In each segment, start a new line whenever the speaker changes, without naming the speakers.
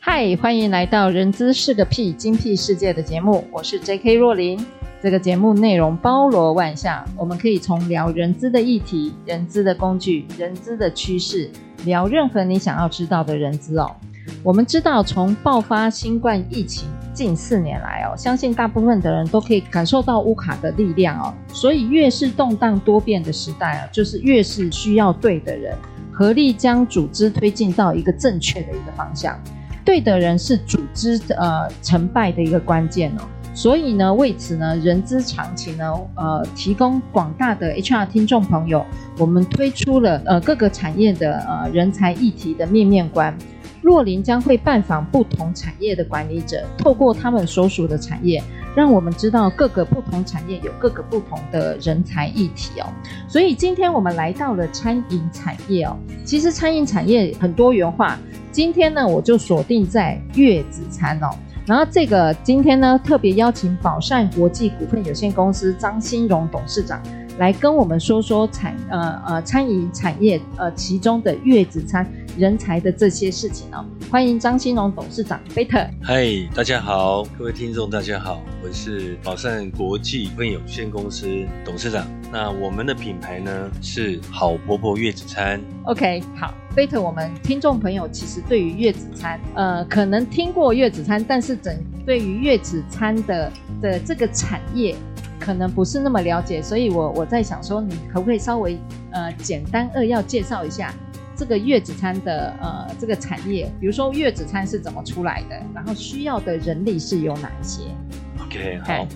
嗨，欢迎来到《人资是个屁精辟世界》的节目，我是 J.K. 若琳。这个节目内容包罗万象，我们可以从聊人资的议题、人资的工具、人资的趋势，聊任何你想要知道的人资哦。我们知道，从爆发新冠疫情近四年来哦，相信大部分的人都可以感受到乌卡的力量哦。所以，越是动荡多变的时代啊，就是越是需要对的人，合力将组织推进到一个正确的一个方向。对的人是组织呃成败的一个关键哦。所以呢，为此呢，人之常情呢，呃，提供广大的 HR 听众朋友，我们推出了呃各个产业的呃人才议题的面面观。若琳将会拜访不同产业的管理者，透过他们所属的产业，让我们知道各个不同产业有各个不同的人才议题哦。所以今天我们来到了餐饮产业哦，其实餐饮产业很多元化，今天呢，我就锁定在月子餐哦。然后这个今天呢，特别邀请宝善国际股份有限公司张兴荣董事长来跟我们说说产呃呃餐饮产业呃其中的月子餐人才的这些事情哦。欢迎张兴荣董事长 Peter。
嗨，大家好，各位听众，大家好，我是宝善国际股份有限公司董事长。那我们的品牌呢是好婆婆月子餐，
OK，好，Peter，我们听众朋友其实对于月子餐，呃，可能听过月子餐，但是整对于月子餐的的这个产业，可能不是那么了解，所以我我在想说，你可不可以稍微呃简单扼要介绍一下这个月子餐的呃这个产业，比如说月子餐是怎么出来的，然后需要的人力是有哪一些？哎
OK，
嗨
好，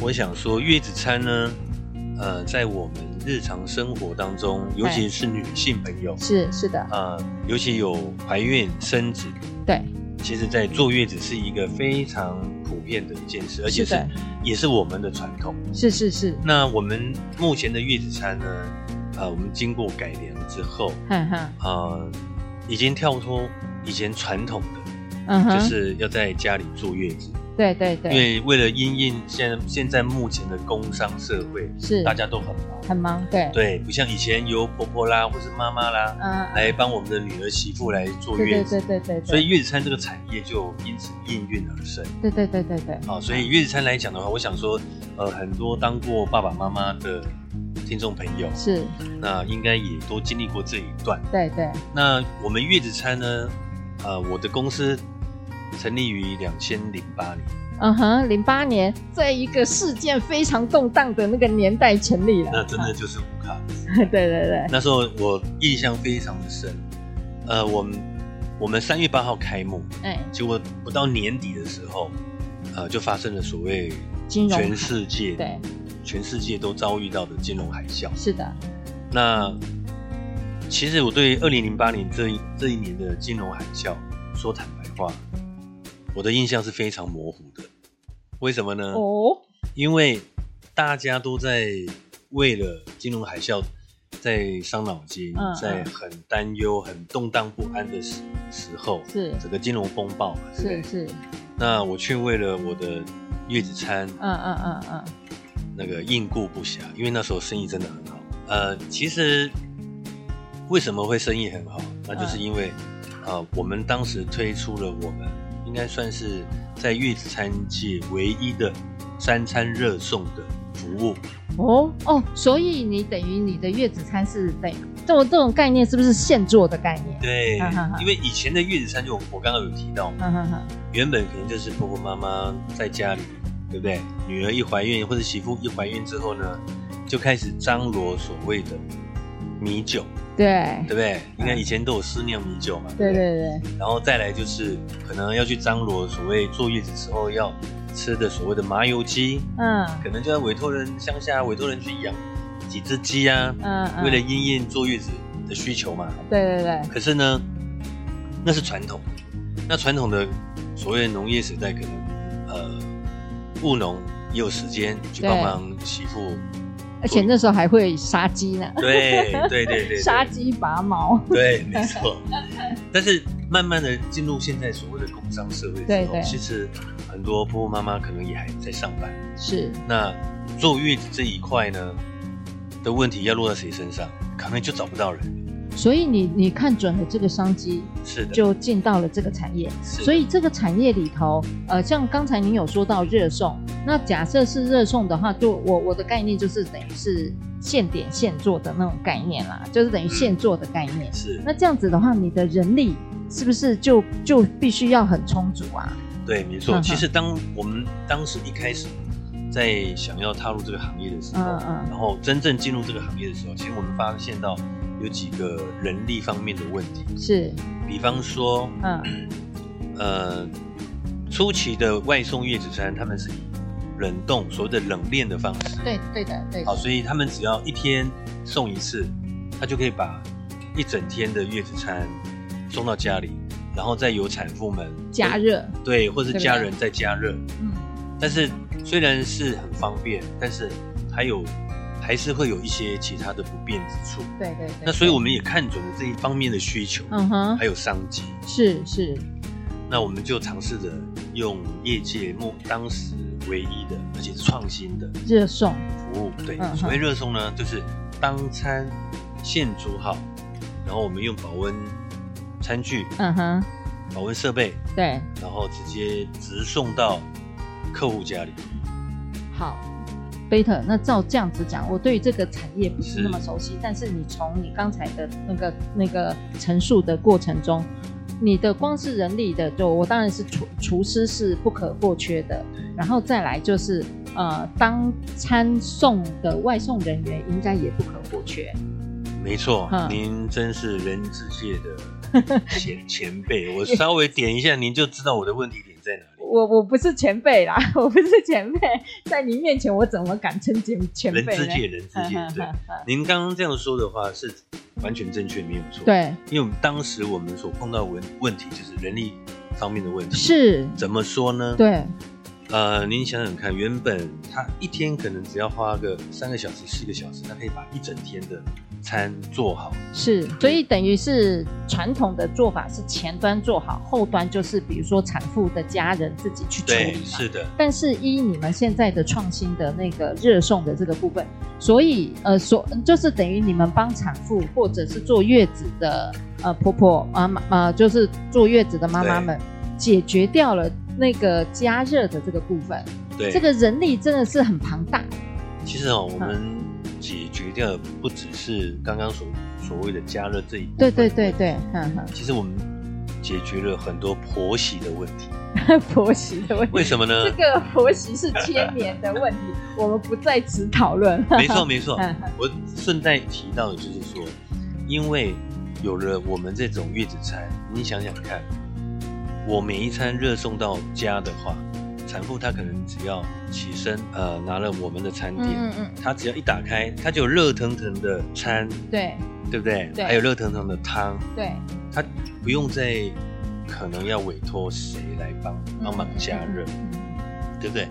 我想说月子餐呢，呃，在我们日常生活当中，尤其是女性朋友，
是是的，
呃，尤其有怀孕生子，
对，
其实在坐月子是一个非常普遍的一件事，而且
是
是
的
也是我们的传统。
是是是，
那我们目前的月子餐呢，呃，我们经过改良之后，
哼哼，
呃，已经跳脱以前传统的，
嗯哼，
就是要在家里坐月子。
对对
因
对，
为为了因应现现在目前的工商社会，
是
大家都很忙，
很忙，对，
对，不像以前由婆婆啦或是妈妈啦、
嗯，
来帮我们的女儿媳妇来坐
对
月
对
子
对，对对，
所以月子餐这个产业就因此应运而生
对对对对对，
啊。所以月子餐来讲的话，我想说，呃，很多当过爸爸妈妈的听众朋友，
是，
那应该也都经历过这一段。
对对，
那我们月子餐呢，呃，我的公司成立于两千零八年。
嗯哼，零八年，在一个事件非常动荡的那个年代成立了，
那真的就是无卡。
对对对，
那时候我印象非常的深，呃，我们我们三月八号开幕，
哎，
结果不到年底的时候，呃，就发生了所谓
金融海
全世界
对，
全世界都遭遇到的金融海啸。
是的，
那其实我对二零零八年这一这一年的金融海啸，说坦白话，我的印象是非常模糊的。为什么呢？
哦，
因为大家都在为了金融海啸在伤脑筋，
嗯
在很担忧、很动荡不安的时时候，
是
整个金融风暴嘛，对不
是
对？
是，
那我却为了我的月子餐
嗯嗯嗯嗯，
那个应顾不暇，因为那时候生意真的很好。呃，其实为什么会生意很好？那
嗯
就是因为啊、呃我们当时推出了我们应该算是在月子餐界唯一的三餐热送的服务。
哦哦，所以你等于你的月子餐是等这种这种概念是不是现做的概念？
对
哈哈哈，
因为以前的月子餐就我刚刚有提到，
嗯哼哼，
原本可能就是婆婆妈妈在家里，对不对？女儿一怀孕或者媳妇一怀孕之后呢，就开始张罗所谓的米酒，
对
对不对？应该以前都有思念米酒嘛，
嗯对
不对？
对
然后再来就是可能要去张罗所谓坐月子时候要吃的所谓的麻油鸡，
对，嗯
可能就要委托人乡下委托人去养几只鸡啊，
嗯嗯，
为了因应坐月子的需求嘛。
对对对，
可是呢，那是传统，那传统的所谓的农业时代，可能呃务农也有时间去
对
帮忙媳妇，
而且那时候还会杀鸡呢，
对对对对对，
杀鸡拔毛。
对，没错。但是慢慢的进入现在所谓的工商社会
对
之后
对，
其实很多婆婆妈妈可能也还在上班。
是，
那坐月子这一块呢的问题要落在谁身上，可能就找不到人。
所以你你看准了这个商机，
是的，
就进到了这个产业。
是的
所以这个产业里头，呃，像刚才您有说到热送，那假设是热送的话，就我我的概念就是等于是现点现做的那种概念啦，就是等于现做的概念。
是
那这样子的话，你的人力是不是就就必须要很充足啊？
对，没
嗯
错。
哼
其实当我们当时一开始在想要踏入这个行业的时候，
嗯嗯
然后真正进入这个行业的时候，其实我们发现到有几个人力方面的问题，
是，
比方说，
嗯，
呃，初期的外送月子餐，他们是以冷冻所谓的冷链的方式，
对对的对的
好，所以他们只要一天送一次，他就可以把一整天的月子餐送到家里，然后再由产妇们
加热，
对，或是
对不
家
对
人再加热。
嗯，
但是虽然是很方便，但是还有还是会有一些其他的不便之处。
对对对。
那所以我们也看准了这一方面的需求，
嗯哼
还，有商机。
是是，
那我们就尝试着用业界目当时唯一的，而且是创新的
热送，
服务。对，
嗯哼
所谓热送呢，就是当餐现煮好，然后我们用保温餐具、
嗯哼，
保温设备，
对，
然后直接直送到客户家里。
好。贝特，那照这样子讲，我对这个产业不是
是
那么熟悉，但是你从你刚才的那个那个陈述的过程中，你的光是人力的，就我当然是厨厨师是不可或缺的，然后再来就是呃，当餐送的外送人员应该也不可或缺，
没错
嗯，
您真是人之界 的前前辈。我稍微点一下，您就知道我的问题点在哪里。
我我不是前辈啦， 我不是前辈，在你面前我怎么敢称前前
人
辈
之
呢？
界，人之 界。对，
对
您刚刚这样说的话是完全正确，没有错。，
对，
因为我们当时我们所碰到的问问题就是人力方面的问题。，
是，
怎么说呢？，
对，
呃，您想想看，原本他一天可能只要花个三个小时、四个小时，他可以把一整天的餐做好。
是，所以等于是传统的做法是前端做好，后端就是比如说产妇的家人自己去处理
对，
嘛。
是的，
但是依你们现在的创新的那个热送的这个部分，所以呃，所就是等于你们帮产妇或者是坐月子的呃婆婆啊妈呃，就是坐月子的妈妈们解决掉了那个加热的这个部分，
对。
这个人力真的是很庞大。
其实哦，我们
嗯
解决掉的不只是刚刚所所谓的加热这一部
对
分，
对对，对，嗯 哼，
其实我们解决了很多婆媳的问题。
婆媳的问题。
为什么呢？
这个婆媳是千年的问题，我们不在此讨论。
没错没错
嗯，
我顺带提到的就是说，因为有了我们这种月子餐，你想想看，我每一餐热送到家的话，产妇她可能只要起身，呃，拿了我们的餐点，
嗯嗯，
她只要一打开，她就有热腾腾的餐，
对
对不对？
对
还有热腾腾的汤，
对，
她不用再可能要委托谁来帮帮忙加热，
嗯
对不对？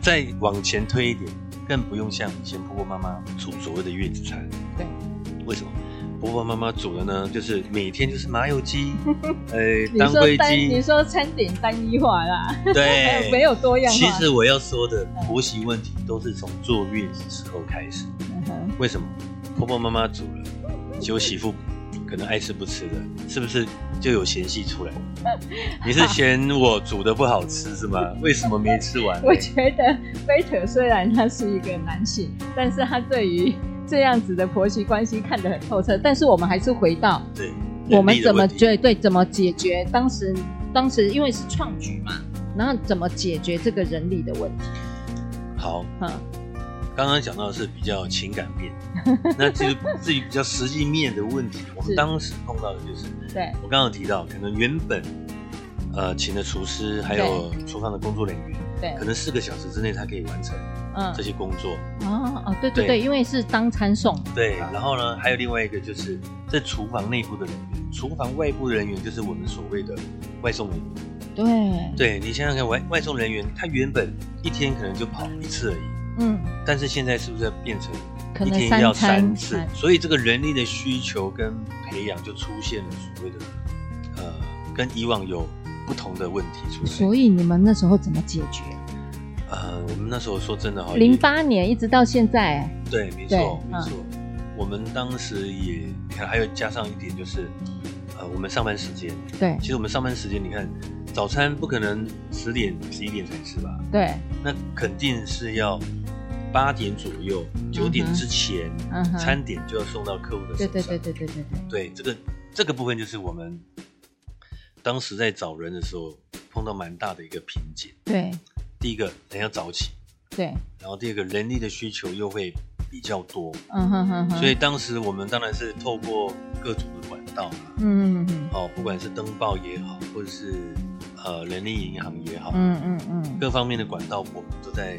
再往前推一点，更不用像以前婆婆妈妈煮所谓的月子餐。
对，
为什么？婆婆妈妈煮的呢，就是每天就是麻油 鸡，
你
呃，当
说
归
单，你
鸡，
说餐点单一化啦，
对，
没有啊嗯多样化。
哎其实我要说的婆媳问题都是从坐月子时候开始。
嗯哼，
为什么？婆婆妈妈煮了，结果媳妇可能爱吃不吃的，是不是就有嫌隙 出来？你是嫌我煮的不好吃是吗？为什么没吃完？
我觉得贝特虽然他是一个男性，但是他对于这样子的婆媳关系看得很透彻。但是我们还是回到
对，
我们怎么
人力的问题
对对怎么解决当时当时因为是创举嘛，然后怎么解决这个人力的问题？
好？
嗯，
刚刚讲到的是比较情感 面，那至于至于比较实际面的问题，我
是
们当时碰到的就是，
对
我刚刚有提到，可能原本呃请的厨师还有厨房的工作人员，
对
可，能四个小时之内他可以完成
嗯
这些工作，
哦哦，对对对，
对
因为是当餐送，
对。然后呢，还有另外一个就是这厨房内部的人员，厨房外部人员就是我们所谓的外送人员。
对，
对你想想看，外外送人员他原本一天可能就跑一次而已，
嗯，
但是现在是不是要变成
可
一
能
天要
餐
三次
餐？
所以这个人力的需求跟培养就出现了所谓的呃，跟以往有不同的问题出现。
所以你们那时候怎么解决？
呃，我们那时候说真的哈，
零八年一直到现在，
对，没
对
错，
嗯
没错。我们当时也，你看，还有加上一点就是，呃，我们上班时间，
对
其实我们上班时间，你看，早餐不可能十点、十一点才吃吧？
对，
那肯定是要八点左右、九点
嗯哼
之前，
嗯哼
餐点就要送到客户的手
对
上。
对对对对对对，
对这个这个部分就是我们当时在找人的时候碰到蛮大的一个瓶颈。
对
第一个，人要早起，
对，
然后第二个，人力的需求又会比较多。
嗯哼哼哼，
所以当时我们当然是透过各种的管道啦，
嗯嗯
哦，不管是登报也好，或者是呃人力银行也好，
嗯嗯嗯
各方面的管道我们都在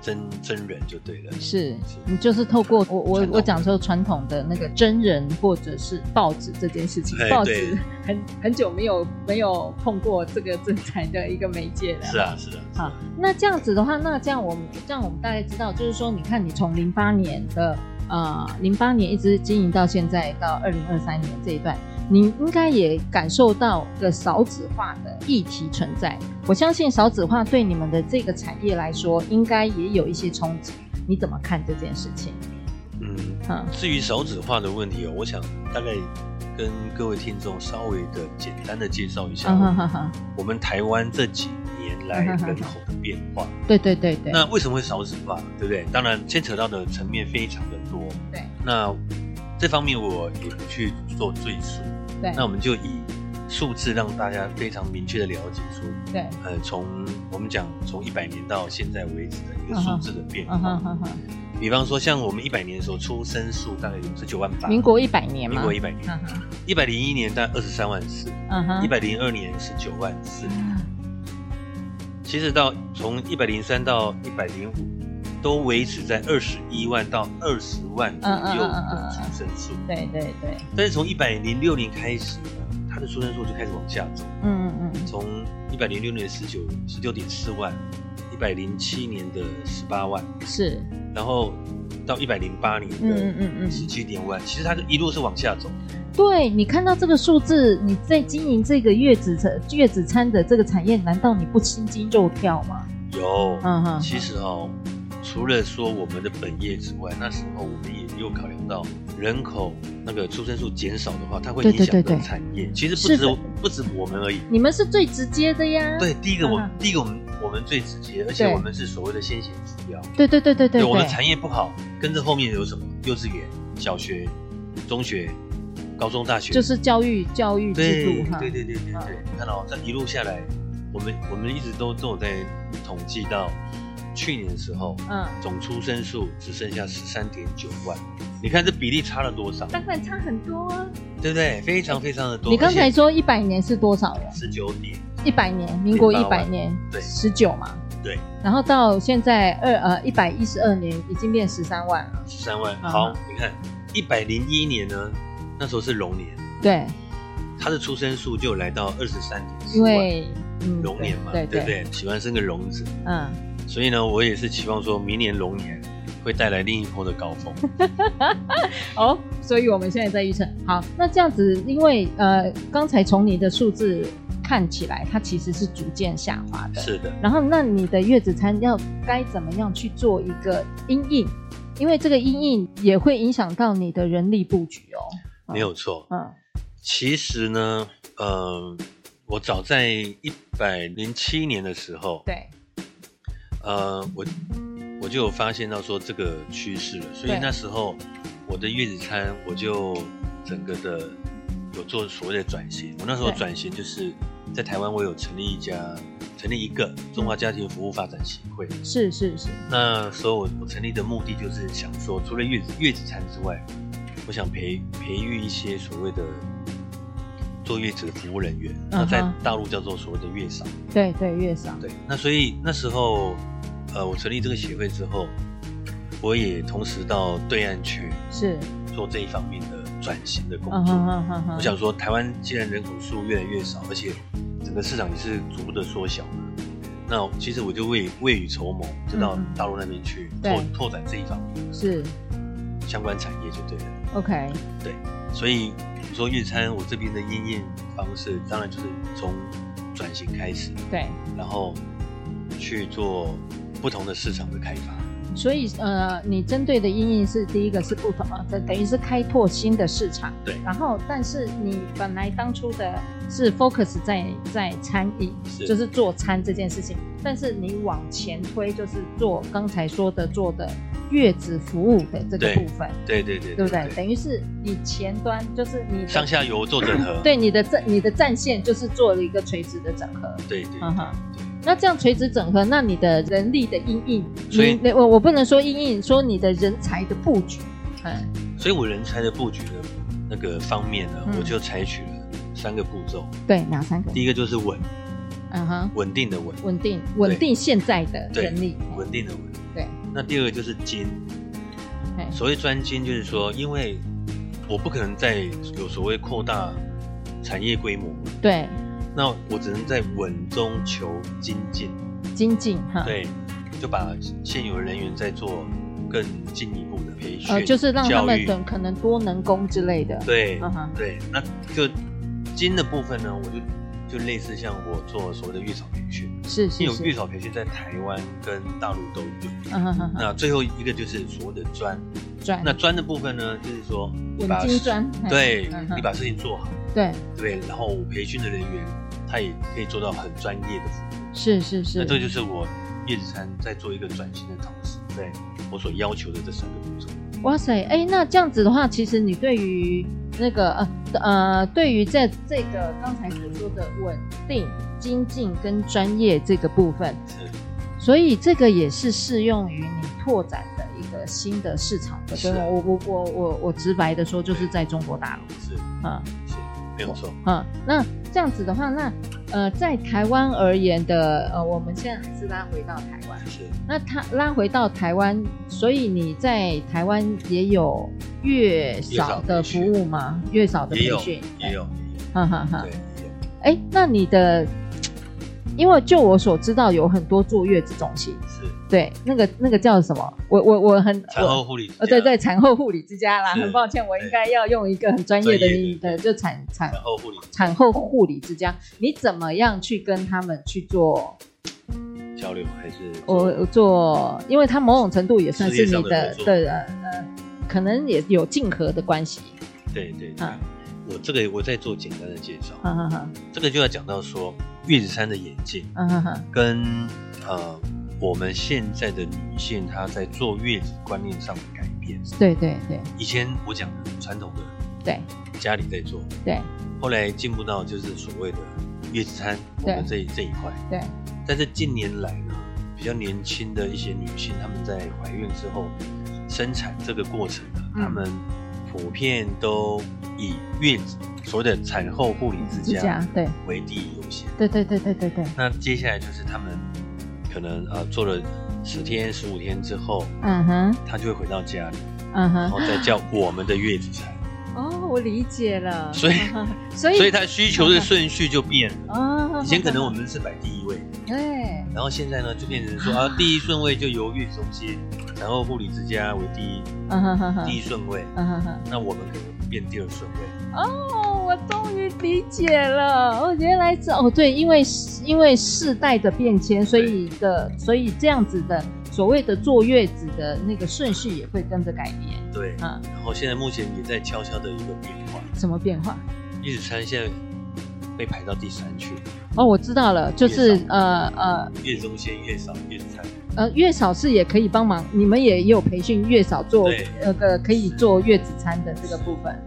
真真人就对了
嗯，。是。你就是透过我我
传统
我讲说传统的那个真人或者是报纸这件事情
哎，
报
对
纸很很久没有没有碰过这个正常的一个媒介了。
是啊，是啊，是
好
啊，，
那这样子的话，那这样我们这样我们大概知道，就是说，你看你从零八年的呃零八年一直经营到现在到二零二三年这一段，你应该也感受到个少子化的议题存在。我相信少子化对你们的这个产业来说，应该也有一些冲击。你怎么看这件事情？
嗯。
嗯，
至于少子化的问题哦，我想大概跟各位听众稍微的简单的介绍一下
嗯哼哼哼，
我们台湾这几年来
嗯哼
人口的变化。
对对对 对，
那为什么会少子化，对不对？当然牵扯到的层面非常的多。
对
那这方面我也不去做赘述。
对
那我们就以数字让大家非常明确的了解说，
对，
呃，从我们讲从一百年到现在为止的一个
嗯
数
哼
字的变
嗯
化
哼。哼哼，
比方说，像我们一百年的时候，出生数大概有十九万八，
民国一百年
民
嘛，
国一百年，
嗯哼，
一百零一年大概二十三万四，
嗯哼，
一百零二年是九万四。
嗯，
其实到从一百零三到一百零五，都维持在二十一万到二十万
嗯
左右的出生数。
对对对，
但是从一百零六年开始呢，它的出生数就开始往下走，
嗯嗯嗯，
从一百零六年十九十九点四万，一百零七年的十八万，
嗯是，
然后到一百零八年
嗯嗯
的
嗯嗯。
十七点五万，其实它就一路是往下走。
对你看到这个数字，你在经营这个月子餐月子餐的这个产业，难道你不心惊肉跳吗？
有，
嗯哼，
其实哦，除了说我们的本业之外，那时候我们也有考量到人口那个出生数减少的话，它会
对
影
对
响
对
的
对
产业。其实不
是的
止不止我们而已。
你们是最直接的呀。
对，第一个我
嗯
们第一个我们我们最直接，而且
对
我们是所谓的先行指标。
对对对对对
我们产业不好，跟着后面有什么？幼稚园、小学、中学、高中、大学，
就是教育教育制
对
度哈。嗯
对对对对对，你看到、哦、这一路下来，我们我们一直都都有在统计到去年的时候，
嗯，
总出生数只剩下十三点九万，你看这比例差了多少，
当然差很多啊。
对不对？非常非常的多。
你刚才说一百年是多少人？
十九点，
一百年，民国一
18
百
万
年，
对
十九嘛。
对。
然后到现在二呃一百一十二年，已经变十三万了。
十三万。
嗯
好，你看一百零一年呢，那时候是龙年，
对，
它的出生数就来到二十三点四
因
万。
为嗯，
龙年嘛，
对
不
对，
对？喜欢生个龙子，
嗯。
所以呢，我也是期望说明年龙年会带来另一波的高 峰。
哦，所以我们现在在预测。好，那这样子，因为呃，刚才从你的数字看起来，它其实是逐渐下滑的。。
是的，
然后，那你的月子餐要该怎么样去做一个阴影？因为这个阴影也会影响到你的人力布局哦。
没有错。
嗯
其实呢，呃，我早在一百零七年的时候，
对
呃，我我就有发现到说这个趋势了，所以
对
那时候我的月子餐我就整个的有做所谓的转型。我那时候
对
转型就是在台湾，我有成立一家成立一
嗯
个中华家庭服务发展协会。
是是是，
那时候我我成立的目的就是想说，除了月子月子餐之外，我想培培育一些所谓的坐月子的服务人员，那在
嗯哼
大陆叫做所谓的月嫂。
对对，月嫂，
对，那所以那时候，呃，我成立这个协会之后，我也同时到对岸去
是
做这一方面的转型的工
嗯
作。
哼哼哼哼，
我想说，台湾既然人口数越来越少，而且整个市场也是逐步的缩小的，那其实我就未未雨绸缪，就到
嗯嗯
大陆那边去拓
对
拓展这一方面
是
相关产业就对了。
OK，
所以你说日餐，我这边的应验方式，当然就是从转型开始，
对，
然后去做不同的市场的开发。
所以呃，你针对的阴影是第一个是不同啊，这等于是开拓新的市场，
对
然后，但是你本来当初的是 focus 在在餐饮，
是
就是做餐这件事情，但是你往前推就是做刚才说的做的月子服务的这个
对
部分，
对对对
对不对？等于是你前端就是你的
上下游做整合。
对你的战你的战线就是做了一个垂直的整合。
对对
嗯哼，那这样垂直整合，那你的人力的阴影，
所以
你我我不能说阴影，说你的人才的布局，嗯，
所以我人才的布局的那个方面呢，
嗯
我就采取了三个步骤。
对，哪三个？
第一个就是稳，
嗯哼，
稳定的稳，
稳定稳定现在的
对
人力，
稳定的稳。
对，
那第二个就是精，
哎
所谓专精就是说，因为我不可能再有所谓扩大产业规模，
对，
那我只能在稳中求精进。
精进哈，，
对，就把现有的人员再做更进一步的培训，
呃，就是让他
教
们
育。
等可能多能工之类的，
对，
嗯哼，
对，那就金的部分呢，我就就类似像我做所谓的月草培训，
是
因
是
为月
是，
草培训在台湾跟大陆都有。
嗯哼哼哼，
那最后一个就是所谓的专，
专
那专的部分呢，就是说你
稳
把
金专，哎
对
嗯哼
你把事情做好，
对，
对，然后我培训的人员他也可以做到很专业的服务。
是是
那
是，
这就是我叶子餐在做一个转型的同时，对我所要求的这三个步骤。
哇塞，哎，那这样子的话，其实你对于那个呃呃，对于在这个刚才所说的稳定、精进跟专业这个部分，
是
所以这个也是适用于你拓展的一个新的市场的。
是
对吗？我我我我我直白的说，就是在中国大陆，
是
嗯
是，没有错。
嗯。那这样子的话，那呃，在台湾而言的，呃，我们现在还是拉回到台湾。
是
那他拉回到台湾，所以你在台湾也有月嫂的服务吗？月嫂的
也
培
有
训嗯
也，有，
哈哈哈
对。也有。
哎，那你的，因为就我所知道，有很多坐月子中心，
是
对，那个那个叫什么？我我我很
产后护理之家，
我，哦对对，产后护理之家啦，
是
很抱歉，我应该要用一个很专业的
专业
名
对
的，就产产
产后护理
产后护理之家，你怎么样去跟他们去做
交流还是
我我做，因为它某种程度也算是
事业
你
上的
的
合作
对呃呃，可能也有竞合的关系。
对对对
啊，
我这个我再做简单的介绍，
哈哈哈，
这个就要讲到说月子餐的眼镜
嗯哼哼，
跟呃我们现在的女性她在坐月子观念上的改变。
对对对
以前我讲的传统的
对
家里在做，
对
后来进步到就是所谓的月子餐，我们这一这一块。
对，
但是近年来呢，比较年轻的一些女性，她们在怀孕之后生产这个过程呢，
嗯
她们普遍都以月子所谓的产后护理之
指
家
甲，对
为第一优先。
对对对对对对，
那接下来就是她们可能呃做了十天、十五天之后，
嗯哼
她就会回到家里，
嗯
然
哼，
后再叫我们的月子餐，
哦，我理解了，
所以
嗯哼所以
所以她需求的顺序就变了。
哦，
以前可能我们是摆第一位，
对
然后现在呢就变成 说啊，第一顺位就由月子中心、产后护理之家为第一
嗯哼哼
第一
哼，
顺位，
嗯哼哼。
那我们可能变第二顺位。
哦，我终于理解了，哦，原来是哦，对，因为因为世代的变迁，所以的，所以这样子的所谓的坐月子的那个顺序也会跟着改变。
对，
啊，
然后现在目前也在悄悄的一个变化，
什么变化？
日餐现在被排到第三去，
哦，我知道了，就是
月嫂
呃呃
越中间越少，越餐
呃，月嫂是也可以帮忙，你们也有培训月嫂做
对
那个、可以做月子餐的这个部分。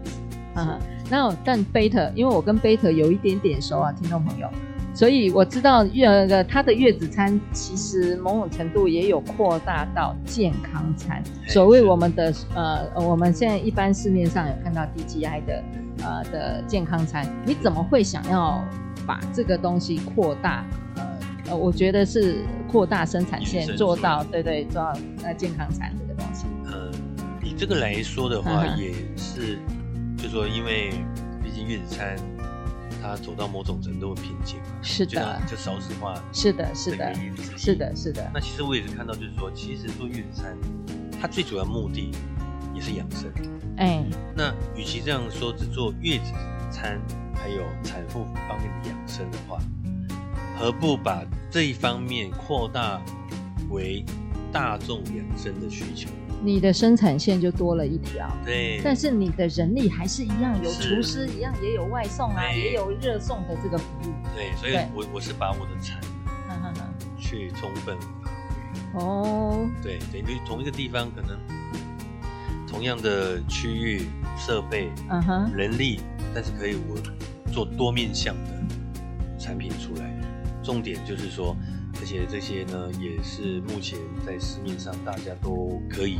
啊，那但贝特，因为我跟贝特有一点点熟啊，听众朋友，所以我知道月呃他的月子餐其实某种程度也有扩大到健康餐，
哎
所谓
是
我们的呃我们现在一般市面上有看到 DGI 的呃的健康餐，你怎么会想要把这个东西扩大？呃呃，我觉得是扩大生产
延
线，
伸
做
出
到对对，做到呃健康餐这个东西。
呃，以这个来说的话，
嗯哼
也是，就说因为毕竟月子餐它走到某种程度的瓶颈嘛，
是
就
的
像，就少子化
是的，是
整个
的，
医疗体系
是。的，是的，
那其实我也是看到，就是说，其实做月子餐，它最主要目的也是养生。
哎，
那与其这样说，只做月子餐还有产妇方面的养生的话，何不把这一方面扩大为大众养生的需求？
你的生产线就多了一条，
对，
但是你的人力还是一样，有
是
厨师一样，也有外送啊，
对
也有热送的这个服务。
对，所以
对
我我是把我的产能
哈哈哈
去充分发挥。
哦，
对，等于同一个地方可能同样的区域、设备、
嗯哼，
人力，但是可以我做多面向的产品出来。重点就是说，而且这些呢，也是目前在市面上大家都可以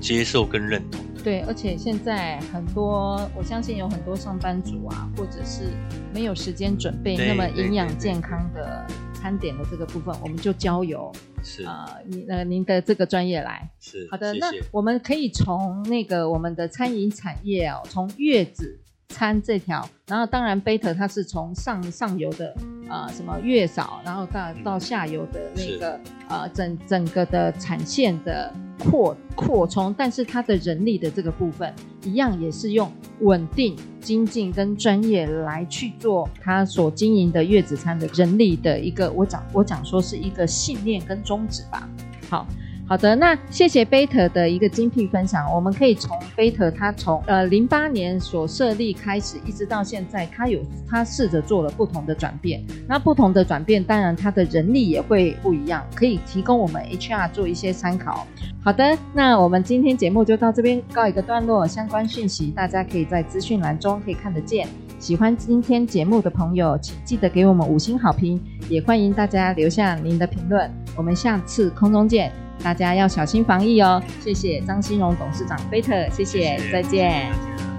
接受跟认同的。
对，而且现在很多，我相信有很多上班族啊，或者是没有时间准备
对
那么
对
营养
对对
健康的餐点的这个部分，我们就交由
是
啊，您呃您的这个专业来。
是，
好的，
谢
那
谢。
我们可以从那个我们的餐饮产业哦，从月子餐这条，然后当然贝特它是从上上游的啊、呃什么月嫂，然后到
嗯
到下游的那
是
个呃整整个的产线的扩扩充，但是它的人力的这个部分一样也是用稳定、精进跟专业来去做它所经营的月子餐的人力的一个，我讲我讲说是一个信念跟宗旨吧。好，好的，那谢谢贝特的一个精辟分享。我们可以从贝特他从呃零八年所设立开始，一直到现在，他有他试着做了不同的转变。那不同的转变，当然他的人力也会不一样，可以提供我们 HR 做一些参考。好的，那我们今天节目就到这边告一个段落。相关讯息大家可以在资讯栏中可以看得见。喜欢今天节目的朋友，请记得给我们五星好评，也欢迎大家留下您的评论。我们下次空中见，大家要小心防疫哦。谢谢张兴荣董事长菲特，谢谢，再见。
大家